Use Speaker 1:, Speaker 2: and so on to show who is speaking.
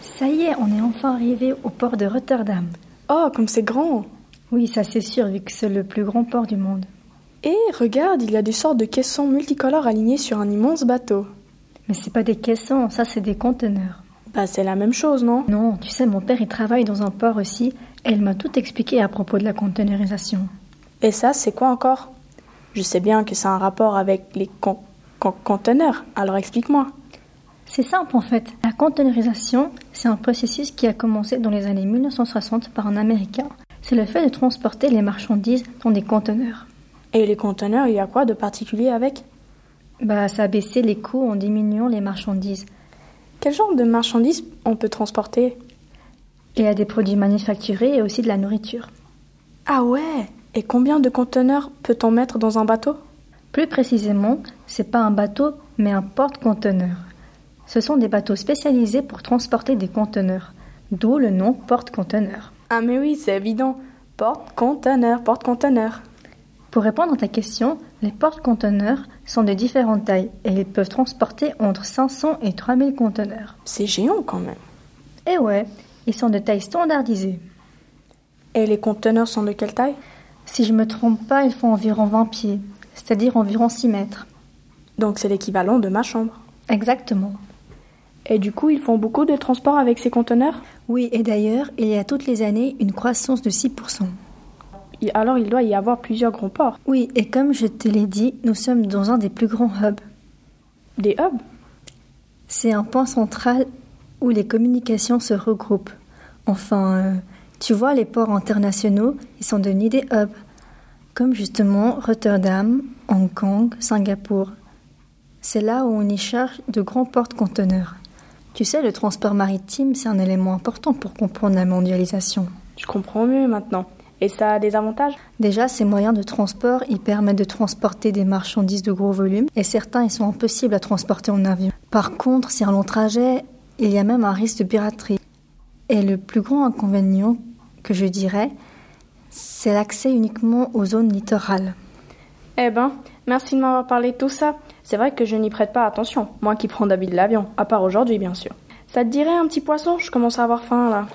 Speaker 1: Ça y est, on est enfin arrivé au port de Rotterdam.
Speaker 2: Oh, comme c'est grand
Speaker 1: Oui, ça c'est sûr, vu que c'est le plus grand port du monde.
Speaker 2: Et regarde, il y a des sortes de caissons multicolores alignés sur un immense bateau.
Speaker 1: Mais c'est pas des caissons, ça c'est des conteneurs.
Speaker 2: Bah c'est la même chose, non
Speaker 1: Non, tu sais, mon père il travaille dans un port aussi, et il m'a tout expliqué à propos de la conteneurisation.
Speaker 2: Et ça, c'est quoi encore Je sais bien que c'est un rapport avec les con- con- conteneurs, alors explique-moi.
Speaker 1: C'est simple en fait. La conteneurisation, c'est un processus qui a commencé dans les années 1960 par un Américain. C'est le fait de transporter les marchandises dans des conteneurs.
Speaker 2: Et les conteneurs, il y a quoi de particulier avec
Speaker 1: Bah, ça a baissé les coûts en diminuant les marchandises.
Speaker 2: Quel genre de marchandises on peut transporter
Speaker 1: Et à des produits manufacturés et aussi de la nourriture.
Speaker 2: Ah ouais Et combien de conteneurs peut-on mettre dans un bateau
Speaker 1: Plus précisément, c'est pas un bateau, mais un porte-conteneur. Ce sont des bateaux spécialisés pour transporter des conteneurs, d'où le nom porte-conteneur.
Speaker 2: Ah mais oui, c'est évident. Porte-conteneur, porte-conteneur.
Speaker 1: Pour répondre à ta question, les porte-conteneurs sont de différentes tailles et ils peuvent transporter entre 500 et 3000 conteneurs.
Speaker 2: C'est géant quand même.
Speaker 1: Et ouais, ils sont de taille standardisée.
Speaker 2: Et les conteneurs sont de quelle taille
Speaker 1: Si je me trompe pas, ils font environ 20 pieds, c'est-à-dire environ 6 mètres.
Speaker 2: Donc c'est l'équivalent de ma chambre.
Speaker 1: Exactement.
Speaker 2: Et du coup, ils font beaucoup de transport avec ces conteneurs
Speaker 1: Oui, et d'ailleurs, il y a toutes les années une croissance de 6%.
Speaker 2: Il- Alors il doit y avoir plusieurs grands ports.
Speaker 1: Oui, et comme je te l'ai dit, nous sommes dans un des plus grands hubs.
Speaker 2: Des hubs
Speaker 1: C'est un point central où les communications se regroupent. Enfin, euh, tu vois, les ports internationaux, ils sont devenus des hubs, comme justement Rotterdam, Hong Kong, Singapour. C'est là où on y charge de grands porte-conteneurs. Tu sais, le transport maritime, c'est un élément important pour comprendre la mondialisation.
Speaker 2: Je comprends mieux maintenant. Et ça a des avantages
Speaker 1: Déjà, ces moyens de transport, ils permettent de transporter des marchandises de gros volume et certains, ils sont impossibles à transporter en avion. Par contre, c'est un long trajet, il y a même un risque de piraterie. Et le plus grand inconvénient que je dirais, c'est l'accès uniquement aux zones littorales.
Speaker 2: Eh ben, merci de m'avoir parlé de tout ça. C'est vrai que je n'y prête pas attention, moi qui prends d'habitude l'avion, à part aujourd'hui bien sûr. Ça te dirait un petit poisson Je commence à avoir faim là.